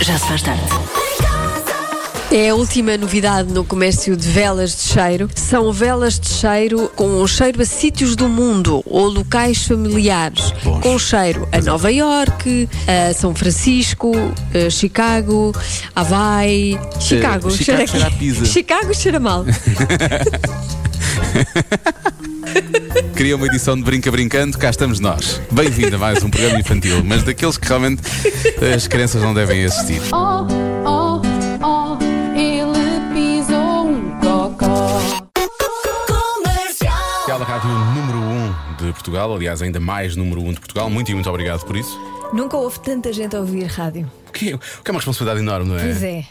Já se faz tarde. É a última novidade no comércio de velas de cheiro. São velas de cheiro com um cheiro a sítios do mundo ou locais familiares. Bons. Com cheiro a Nova York, a São Francisco, a Chicago, Hawaii. Eh, Chicago, Chicago a cheira a quê? pizza. Chicago cheira mal. Cria uma edição de Brinca Brincando, cá estamos nós. Bem-vindo a mais um programa infantil, mas daqueles que realmente eh, as crianças não devem assistir. Oh, oh, oh, ele pisou um cocó. Comercial Rádio número 1 de Portugal, aliás, ainda mais número 1 de Portugal. Muito e muito obrigado por isso. Nunca houve tanta gente a ouvir rádio. O que, é- o que é uma responsabilidade enorme, não é? Pois é.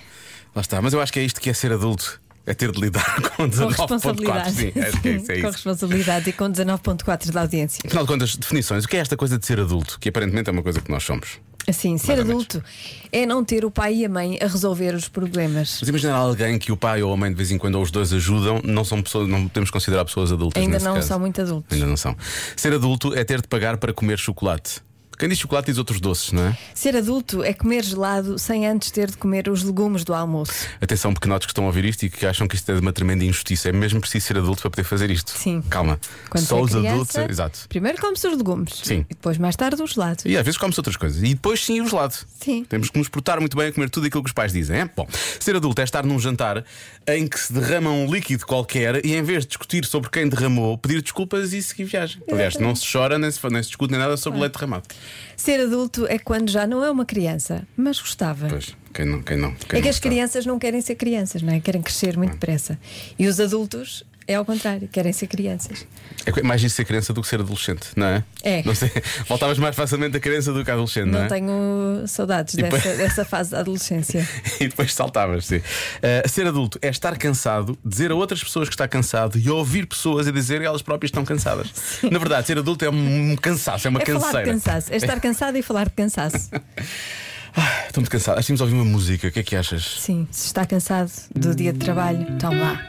Lá está, mas eu acho que é isto que é ser adulto. É ter de lidar com Com 19.4. responsabilidade. Sim, acho que é isso. É Com isso. responsabilidade e com 19,4 de audiência. Afinal de contas, definições. O que é esta coisa de ser adulto? Que aparentemente é uma coisa que nós somos. Assim, ser Mais ou menos. adulto é não ter o pai e a mãe a resolver os problemas. Mas imagina alguém que o pai ou a mãe de vez em quando ou os dois ajudam, não são pessoas, não podemos considerar pessoas adultas. Ainda nesse não caso. são muito adultos. Ainda não são. Ser adulto é ter de pagar para comer chocolate. Quem diz chocolate diz outros doces, não é? Ser adulto é comer gelado sem antes ter de comer os legumes do almoço. Atenção, pequenotes que estão a ouvir isto e que acham que isto é de uma tremenda injustiça. É mesmo preciso ser adulto para poder fazer isto. Sim. Calma. Quando Só é os criança, adultos. Exato. Primeiro come-se os legumes. Sim. E depois, mais tarde, o gelado. E às vezes come-se outras coisas. E depois sim o gelado. Sim. Temos que nos portar muito bem a comer tudo aquilo que os pais dizem. É? Bom, ser adulto é estar num jantar em que se derrama um líquido qualquer e em vez de discutir sobre quem derramou, pedir desculpas e seguir viagem. Aliás, não se chora, nem se, nem se discute nem nada sobre o leite derramado. Ser adulto é quando já não é uma criança, mas gostava. Pois, quem não, quem não. Quem Hum. É que não as está? crianças não querem ser crianças, não é? Querem crescer muito depressa. E os adultos é ao contrário, querem ser crianças. É mais difícil ser criança do que ser adolescente, não é? É. Não sei, voltavas mais facilmente a criança do que a adolescente, não, Não é? tenho saudades E depois- dessa, dessa fase da adolescência. E depois saltavas, sim. Uh, ser adulto é estar cansado, dizer a outras pessoas que está cansado e ouvir pessoas a dizer que elas próprias estão cansadas. Na verdade, ser adulto é um cansaço, é uma É falar de canseira. cansaço, é estar cansado e falar de cansaço. Estou muito cansado. Acho que temos de ouvir uma música, o que é que achas? Sim, se está cansado do dia de trabalho, então lá.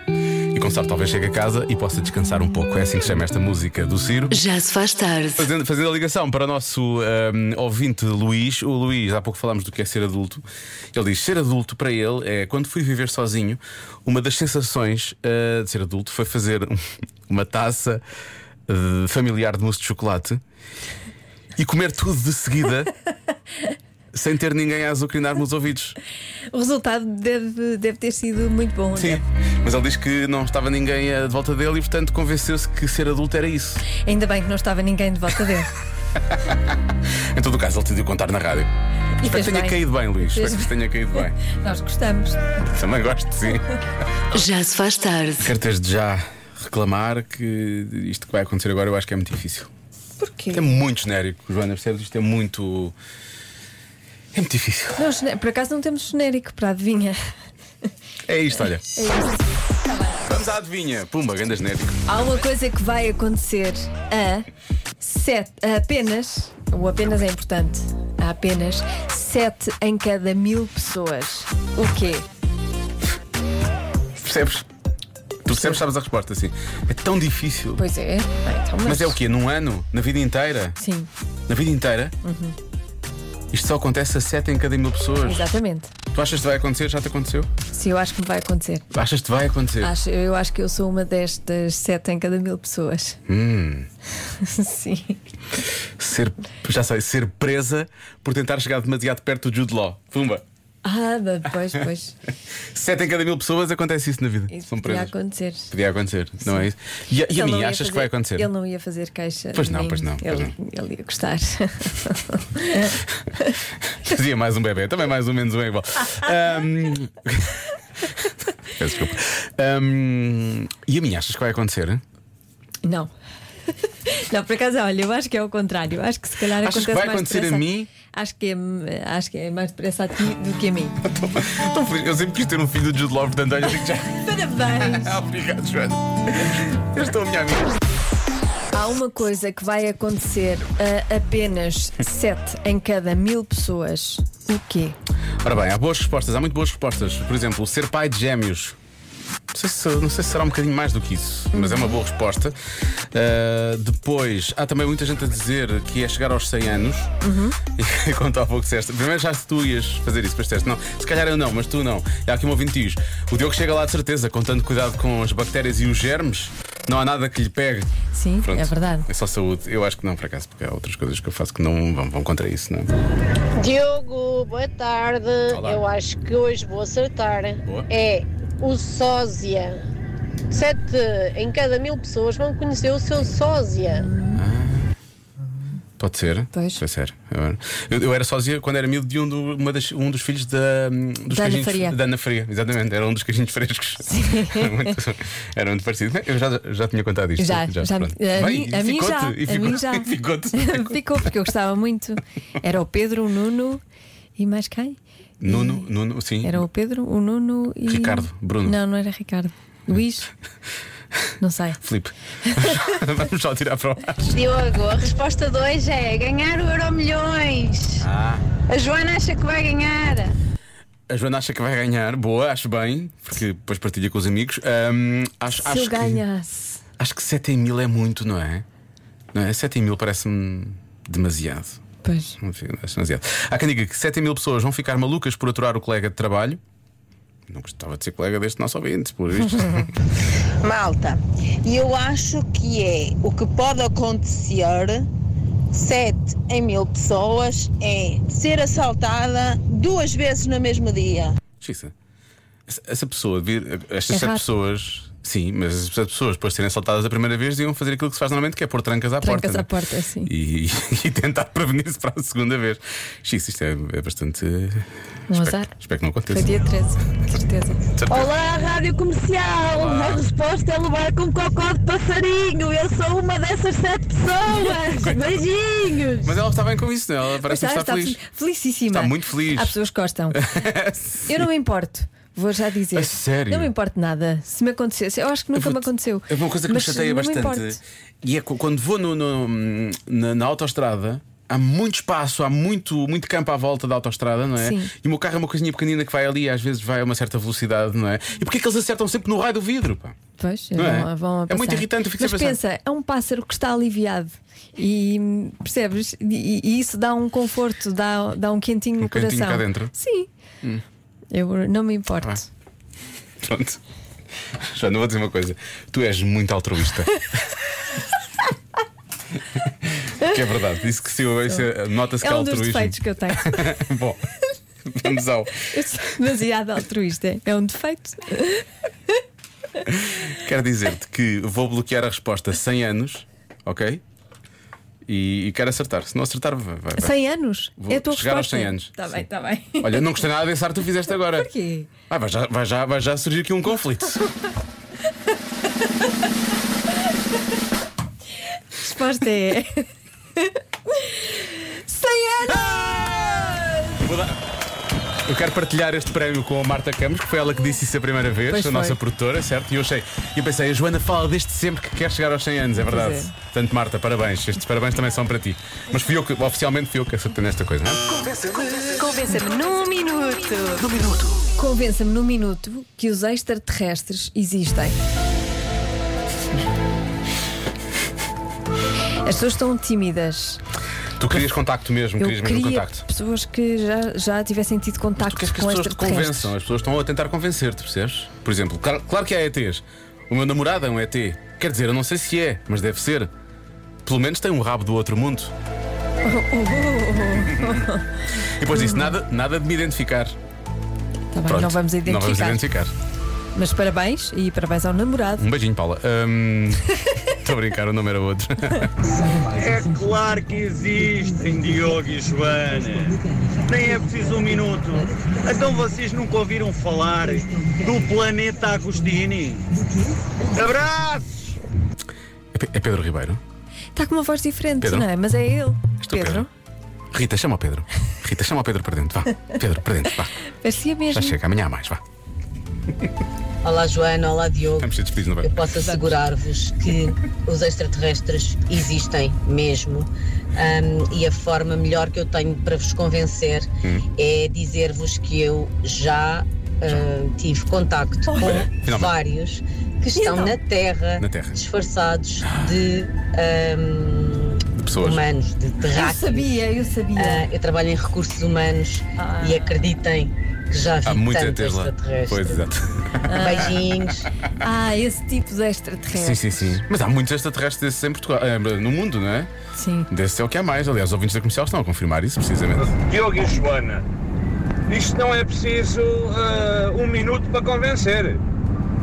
E com sorte talvez chegue a casa e possa descansar um pouco. É assim que se chama esta música do Ciro. Já se faz tarde. Fazendo, fazendo a ligação para o nosso ahm, ouvinte Luís, o Luís, há pouco falámos do que é ser adulto. Ele diz: ser adulto para ele é quando fui viver sozinho, uma das sensações ah, de ser adulto foi fazer um- uma taça ah, familiar de mousse de chocolate e comer tudo de seguida. Sem ter ninguém a azucrinar-me os ouvidos. O resultado deve, deve ter sido muito bom. Sim. né? Mas ele diz que não estava ninguém ah, de volta dele e, portanto, convenceu-se que ser adulto era isso. Ainda bem que não estava ninguém de volta dele. Em todo o caso, ele decidiu contar na rádio. E Espero fez que tenha bem. caído é? bem, Luís. Fez Espero que tenha caído bem. Nós gostamos. Também gosto, sim. Já se faz tarde. Quero desde já reclamar que isto que vai acontecer agora eu acho que é muito difícil. Porquê? Isto é muito genérico, Joana, percebes? Isto é muito. É muito difícil. Não, gene- por acaso não temos genérico para adivinha. É isto, olha. Vamos à adivinha. Pumba, ganda genérico. Há uma coisa que vai acontecer a sete, a apenas, o apenas é importante, a apenas sete em cada mil pessoas. O quê? Percebes? Tu percebes, sabes a resposta, sim. É tão difícil. Pois é. Ah, então, Mas é o quê? Num ano? Na vida inteira? Sim, Na vida inteira? Isto só acontece a 7 em cada mil pessoas. exatamente. Tu achas que vai acontecer? Já te aconteceu? Sim, eu acho que me vai acontecer. Achas que vai acontecer? Acho, eu acho que eu sou uma destas sete em cada mil pessoas. Hum. Sim. Ser, já sei, ser presa por tentar chegar demasiado perto do Jude Law. Pumba. Ah, depois, pois. Sete em cada mil pessoas acontece isso na vida. Isso São podia presas. acontecer. Podia acontecer, não é isso? E, a- e Ele a mim, não ia achas que fazer- vai acontecer? Ele não ia fazer queixa. Pois não, nem- pois não, pois Ele, ele ia gostar. Fazia mais um bebê, também mais ou menos um é igual. Ahm, Peço desculpa. Ahm, E a mim, achas que vai acontecer? não. Não, por acaso, olha, eu acho que é o contrário. Acho que se calhar Achas que acontece vai mais acontecer a depressa- mim? Acho que, é, acho que é mais depressa a ti do que a mim. Estou- Estou feliz. Eu sempre quis ter um filho do Jude Law, portanto, olha, digo já. Parabéns! Obrigado, Joana. Eu estou a minha amiga. Há uma coisa que vai acontecer a apenas sete em cada mil pessoas. O quê? Ora bem, há boas respostas, há muito boas respostas. Por exemplo, ser pai de gêmeos. Não sei se, não sei se será um bocadinho mais do que isso, mas é uma boa resposta. Uhum. Ah, Uh, depois, há também muita gente a dizer que é chegar aos 100 anos. Quanto há pouco disseste, primeiro já se tu ias fazer isso, depois disseste, não, se calhar eu não, mas tu não. E há aqui um ouvinte que diz: o Diogo chega lá de certeza, contando cuidado com as bactérias e os germes, não há nada que lhe pegue. Sim, Pronto, é verdade. É só saúde. Eu acho que não, por acaso, porque há outras coisas que eu faço que não vão, vão contra isso, não é? Diogo, boa tarde. Olá. Eu acho que hoje vou acertar. Boa. É o sósia. Sete em cada mil pessoas vão conhecer o seu sósia. Pode ser. Pois. Pode ser. Eu, eu era sozinha quando era miúdo de um, do- uma das- um dos filhos da, hum, dos Da Ana queijinhos- Faria. da Ana Faria, exatamente. Era um dos queijinhos frescos. Era muito, era muito parecido. Bem, Eu já, já tinha contado isto. Já, já, pronto. a, Bem, mim, e a mim ficou-te, já, e a mim ficou-te, já. e Ficou-te. Ficou, porque eu gostava muito. Era o Pedro, o Nuno e mais quem? Nuno, Nuno, sim. Era o Pedro, o Nuno e. Ricardo, Bruno. Não, não era Ricardo. Luís? Não sei. Filipe. Vamos só tirar para o ar. Diogo, a resposta 2 é ganhar o Euro Milhões. Ah. A Joana acha que vai ganhar. A Joana acha que vai ganhar. Boa, acho bem, porque depois partilha com os amigos. Hum, acho, Se acho eu ganhasse. Que, acho que 7 em mil é muito, não é? Não é? 7 em mil parece-me demasiado. Pois. Não fica- acho demasiado. Há quem diga que 7 mil pessoas vão ficar malucas por aturar o colega de trabalho. Não gostava de ser colega deste nosso ouvinte, por isto. Malta, e eu acho que é o que pode acontecer sete em mil pessoas é ser assaltada duas vezes no mesmo dia. Xisa. Essa- Essa pessoa, vir, estas É sete raro. pessoas, sim, mas as sete pessoas, depois de serem assaltadas a primeira vez, iam fazer aquilo que se faz normalmente, que é pôr trancas à Trancas porta. à porta, sim. E, e tentar prevenir-se para a segunda vez. Xisa, isto é, é bastante. Um espero, azar. Espero que não aconteça. Foi dia 13, com certeza. Olá, Rádio Comercial! A resposta é levar com cocó de passarinho. Eu sou uma dessas sete pessoas. Beijinhos! Mas ela está bem com isso, não? é? Ela parece estar, estar feliz. fel- felicíssima. Está muito feliz. Há pessoas que gostam. eu não me importo. Vou já dizer. A sério? Não me importo nada. Se me acontecesse, eu acho que nunca me aconteceu. É uma coisa que Mas me chateia não me bastante. importo. e é co- quando vou no- no- na, na autoestrada. Há muito espaço, há muito, muito campo à volta da autoestrada, não é? Sim. E o meu carro é uma coisinha pequenina que vai ali e às vezes vai a uma certa velocidade, não é? E porquê é que eles acertam sempre no raio do vidro? Pá? Pois, Não é? vão, vão a É muito passar. irritante, eu fico Mas sempre a pensa, é um pássaro que está aliviado e hum, percebes? E, e isso dá um conforto, dá, dá um quentinho Um no quentinho coração. cá dentro. Hum. Sim. Eu não me importo. Ah. Pronto. Já não vou dizer uma coisa. Tu és muito altruísta. que é verdade. Isso que se eu ouço, nota-se é que é um dos altruísmo. defeitos que eu tenho. Bom, vamos ao. Eu sou demasiado altruísta. É um defeito. Quero dizer-te que vou bloquear a resposta 100 anos, ok? E, e quero acertar. Se não acertar, vai. vai, vai. 100 anos? Vou é a tua chegar aos resposta. 100 anos. Está Sim. bem, está bem. Olha, não gostei nada desse ar que tu fizeste agora. Porquê? Ah, vai, já, vai, já, vai já surgir aqui um conflito. A resposta é. 100 anos! Vou dar- Eu quero partilhar este prémio com a Marta Campos, que foi ela que disse isso a primeira vez, Pois a foi. nossa produtora, certo? E eu achei, e eu pensei, a Joana fala desde sempre que quer chegar aos 100 anos, é verdade. Pois é. Portanto, Marta, parabéns. Estes parabéns também são para ti. Mas fui eu que, oficialmente fui eu que acertei nesta coisa, não é? Convença-me num minuto. Convença-me num minuto que os extraterrestres existem. As pessoas estão tímidas. Tu querias contacto mesmo, Eu querias mesmo um queria contacto. pessoas que já, já tivessem tido contacto Tu queres que as com pessoas te extraterrestres. convençam, as pessoas estão a tentar convencer-te, percebes? Por exemplo, claro, claro que há ETs. O meu namorado é um ET. Quer dizer, eu não sei se é, mas deve ser. Pelo menos tem um rabo do outro mundo. é? e depois disse: nada, nada de me identificar. Tá bem, Pronto, não Uhum. vamos identificar. Não vamos identificar. Mas parabéns e parabéns ao namorado. Um beijinho, Paula. Hum, Estou a brincar, o nome era outro. É claro que existem, Diogo e Joana. Nem é preciso um minuto. Então vocês nunca ouviram falar do planeta Agostini? Abraços! É Pe- É Pedro Ribeiro? Está Tá com uma voz diferente, Pedro? não é? Mas é ele. És tu, Rita, chama o Pedro. Rita, chama o Pedro para dentro. Vá. Pedro, para dentro. Vá. Parecia Já mesmo. chega, amanhã há mais. Vá. Olá, Joana. Olá, Diogo. Vamos ser despedidos, não é? vai? Eu posso assegurar-vos que os extraterrestres existem mesmo. Ahm, e a forma melhor que eu tenho para vos convencer Hum. é dizer-vos que eu já ahm, tive contacto com finalmente. vários que estão então? na, terra, Na Terra. disfarçados de, ahm, De Ah. pessoas. um, humanos, de Eu terráqueos. sabia, Ah. eu Ah, sabia. eu trabalho em recursos humanos e acreditem que já vi Há muitos tanto ETs lá. Pois, é. extraterrestre. exato. Beijinhos. Ah, esse tipo de Sim, extraterrestre. sim, sim. Mas há muitos extraterrestres desses em Portugal, eh, no mundo, não é? Sim. Desse é o que há mais. Aliás, os ouvintes da comercial estão a confirmar isso, precisamente. Diogo e Joana, isto não é preciso ah, um minuto para convencer.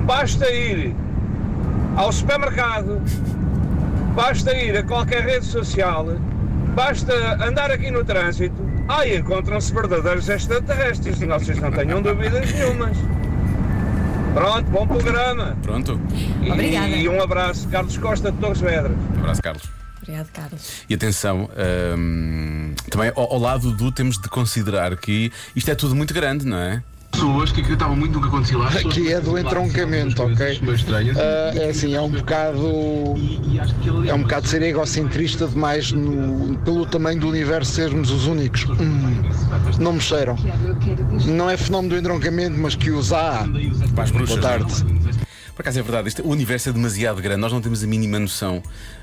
Basta ir ao supermercado, basta ir a qualquer rede social, basta andar aqui no trânsito. Aí encontram-se verdadeiros extraterrestres, e vocês não tenham dúvidas nenhumas. Pronto, bom programa. Pronto. E- Obrigada. E, um abraço, Carlos Costa de Torres Vedras. Um abraço, Carlos. Obrigado, Carlos. E atenção, hum, também ao, ao lado do temos de considerar que isto é tudo muito grande, não é? pessoas que acreditavam muito no que acontecia lá. Aqui é do entroncamento, ok? Ah, é assim, é um bocado. É um bocado ser egocentrista demais no- pelo tamanho do universo sermos os únicos. Hum, não me cheiram. Não é fenómeno do entroncamento, mas que os há. Para as bruxas. Boa tarde. Por acaso é verdade, isto- o universo é demasiado grande, nós não temos a mínima noção.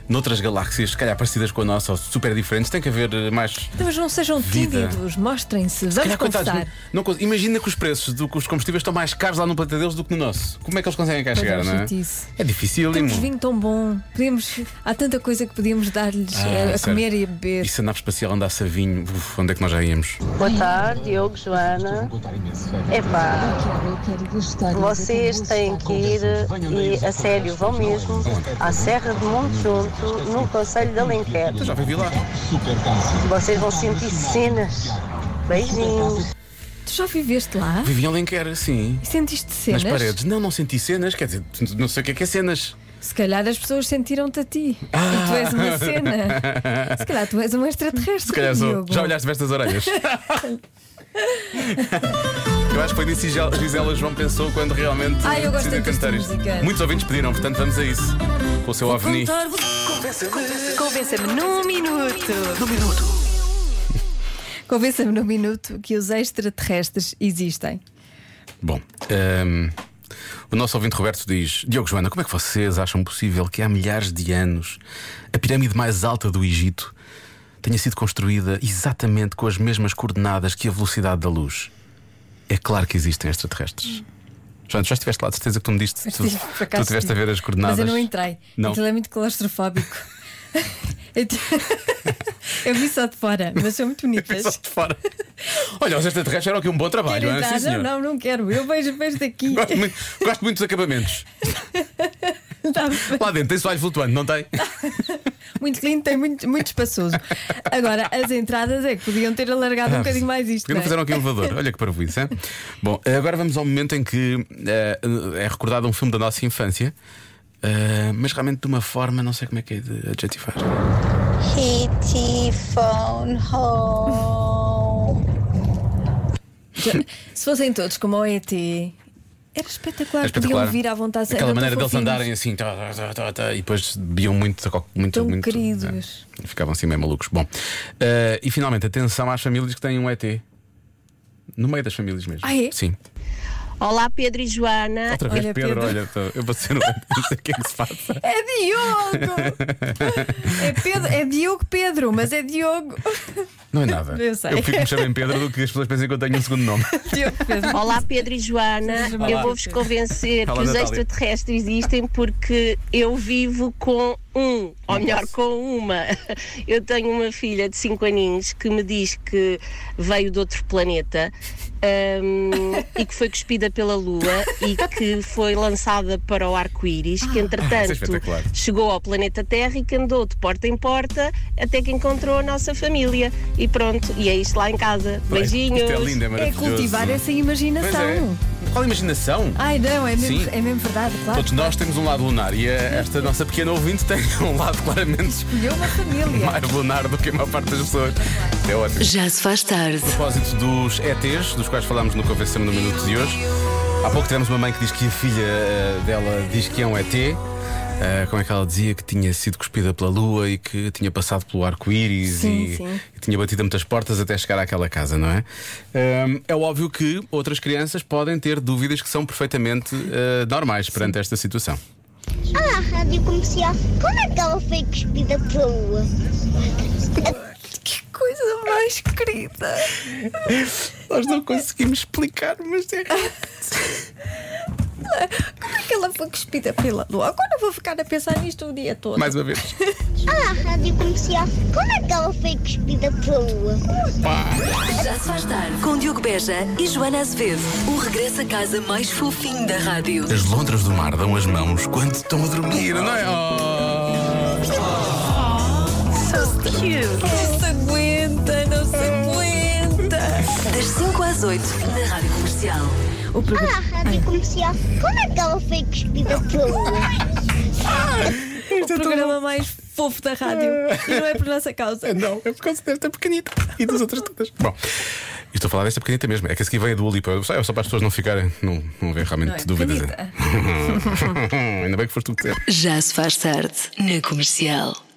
Noutras galáxias, se calhar parecidas com a nossa, ou super diferentes, tem que haver eh, mais. Então, mas não sejam Vida. tímidos, mostrem-se. Se Vamos calhar, coitados, conversar. não- não cons- imagina que os preços do que os combustíveis estão mais caros lá no planeta deles do que no nosso. Como é que eles conseguem cá Mas é chegar, não é? chatice. É difícil, Temos vinho tão bom. Podemos, há tanta coisa que podíamos dar-lhes Ah, eh, a, comer e a beber. E se a nave espacial andasse a vinho, uf, onde é que nós já íamos? Boa tarde, Diogo, Joana. Epá, vocês têm que ir, e a sério, vão mesmo, à Serra de Monte no Conselho de Alenquer. Eu já vivi lá. Vocês vão sentir cenas. Beijinhos. Tu já viveste lá? Vivi em Alenquer, sim. E sentiste Nas cenas? paredes. Não, não senti cenas, quer dizer, não sei o que é que é cenas. Se calhar as pessoas sentiram-te a ti. E tu és uma cena. Se calhar tu és um extraterrestre. Ah. Se calhar sou. Diogo. Já olhaste para estas orelhas? Eu acho que foi nisso que Gisela- Gisela João pensou quando realmente Ai, eu gosto decidiu tanto desta cantar isto. música. Muitos ouvintes pediram, portanto vamos a isso. Com o seu ovni. Convença-me num minuto. Num minuto. Convença-me num minuto que os extraterrestres existem. Bom, hum, o nosso ouvinte Roberto diz: Diogo Joana, como é que vocês acham possível que há milhares de anos a pirâmide mais alta do Egito tenha sido construída exatamente com as mesmas coordenadas que a velocidade da luz? É claro que existem extraterrestres. Joana, tu já estiveste lá, de certeza que tu me diste. Tu, Estive, Tipo, por tu acaso, estiveste a estive. ver as coordenadas. Mas eu não entrei. Não. Aquilo é muito claustrofóbico. eu, ti- Eu vi só de fora, mas são muito Só bonitas. de fora. Olha, os extraterrestres eram aqui um bom trabalho, Quero não é? entrar. Sim, senhor. não, não, não quero. Eu vejo, vejo daqui. Gosto, muito, gosto muito dos acabamentos. Tá bem. Lá dentro tem soalho flutuante, não tem? Muito lindo, tem muito, muito espaçoso. Agora, as entradas é que podiam ter Ah, alargado um bocadinho mais isto. Porque não não é? fizeram aqui um elevador. Olha que parvoíce, hein? Bom, agora vamos ao momento em que eh, é recordado um filme da nossa infância, eh, mas realmente de uma forma, não sei como é que é de adjetivar. É Kitty E phone home. Se fossem todos como o ET, era espetacular. É Podiam vir à vontade. eram Aquela tão maneira deles fofinhos. andarem assim, tá, tá, tá, tá, tá, e depois bebiam muito, muito, Tão muito. queridos. é. Ficavam assim meio malucos. Bom, eh, e finalmente, atenção às famílias que têm um ET. No meio das famílias mesmo. Ah, é? Ah, Sim. Olá, Pedro e Joana. Outra vez, Olha, Pedro, Pedro. olha, tô- eu vou ser um ET, não sei o que é que se passa. É Diogo! é, Pedro, é Diogo Pedro, mas é Diogo. Não é nada. Eu sei. fico me chamem Pedro do que as pessoas pensem que eu tenho um segundo nome. Diogo Pedro. Olá, Pedro e Joana. Olá. Eu vou-vos convencer Olá, que os Natália. extraterrestres existem porque eu vivo com um, ou melhor, com uma. Eu tenho uma filha de 5 aninhos que me diz que veio de outro planeta hum, e que foi cuspida pela Lua e que foi lançada para o arco-íris, que Isso é entretanto espetacular. chegou ao planeta Terra e que andou de porta em porta até que encontrou a nossa família. E pronto, e é isto lá em casa. Beijinhos! Isto é lindo, é É maravilhoso. cultivar essa Pois imaginação. é. Qual a imaginação? Ai não, é Sim. mesmo, é mesmo verdade, claro. Todos nós temos um lado lunar e eh, esta nossa pequena ouvinte tem um lado claramente Escolheu uma família. mais lunar do que a maior parte das pessoas. É ótimo. Já se faz tarde. A propósito dos ETs, dos quais falámos no Convenção no Minuto de hoje, há pouco tivemos uma mãe que diz que a filha eh, dela diz que é um ET. eh, como é que ela dizia? Que tinha sido cuspida pela lua e que tinha passado pelo arco-íris Sim, e, sim. e tinha batido a muitas portas até chegar àquela casa, não é? Eh, é óbvio que outras crianças podem ter dúvidas que são perfeitamente eh, normais perante esta situação. Olá, Ah, Rádio Comercial. Como é que ela foi cuspida pela lua? Que coisa mais querida! Nós não conseguimos explicar, mas é. Como é que ela foi cuspida pela lua? Agora vou ficar a pensar nisto o dia todo. Mais uma vez. Olá, Ah, Rádio Comercial. Como é que ela foi cuspida pela lua? Já se faz tarde com Diogo Beja e Joana Azevedo. O regresso a casa mais fofinho da rádio. As lontras do mar dão as mãos quando estão a dormir, não é? Oh. Não se aguenta, não se É. aguenta! Das 5 às 8 na rádio comercial. O programa. Olá, Ah, Rádio Comercial. Como é que ela foi cuspida pela lua? é o programa mais fofo da rádio. E não é por nossa causa. Não, é por causa desta pequenita e das outras todas. Bom, e estou a falar desta pequenita mesmo. É que a seguir vem a Dua Lipa. Só, só para as pessoas não ficarem. Não, não haver realmente Não é dúvidas. pequenita. Ainda bem que foste tu que disseste. Já se faz tarde na comercial.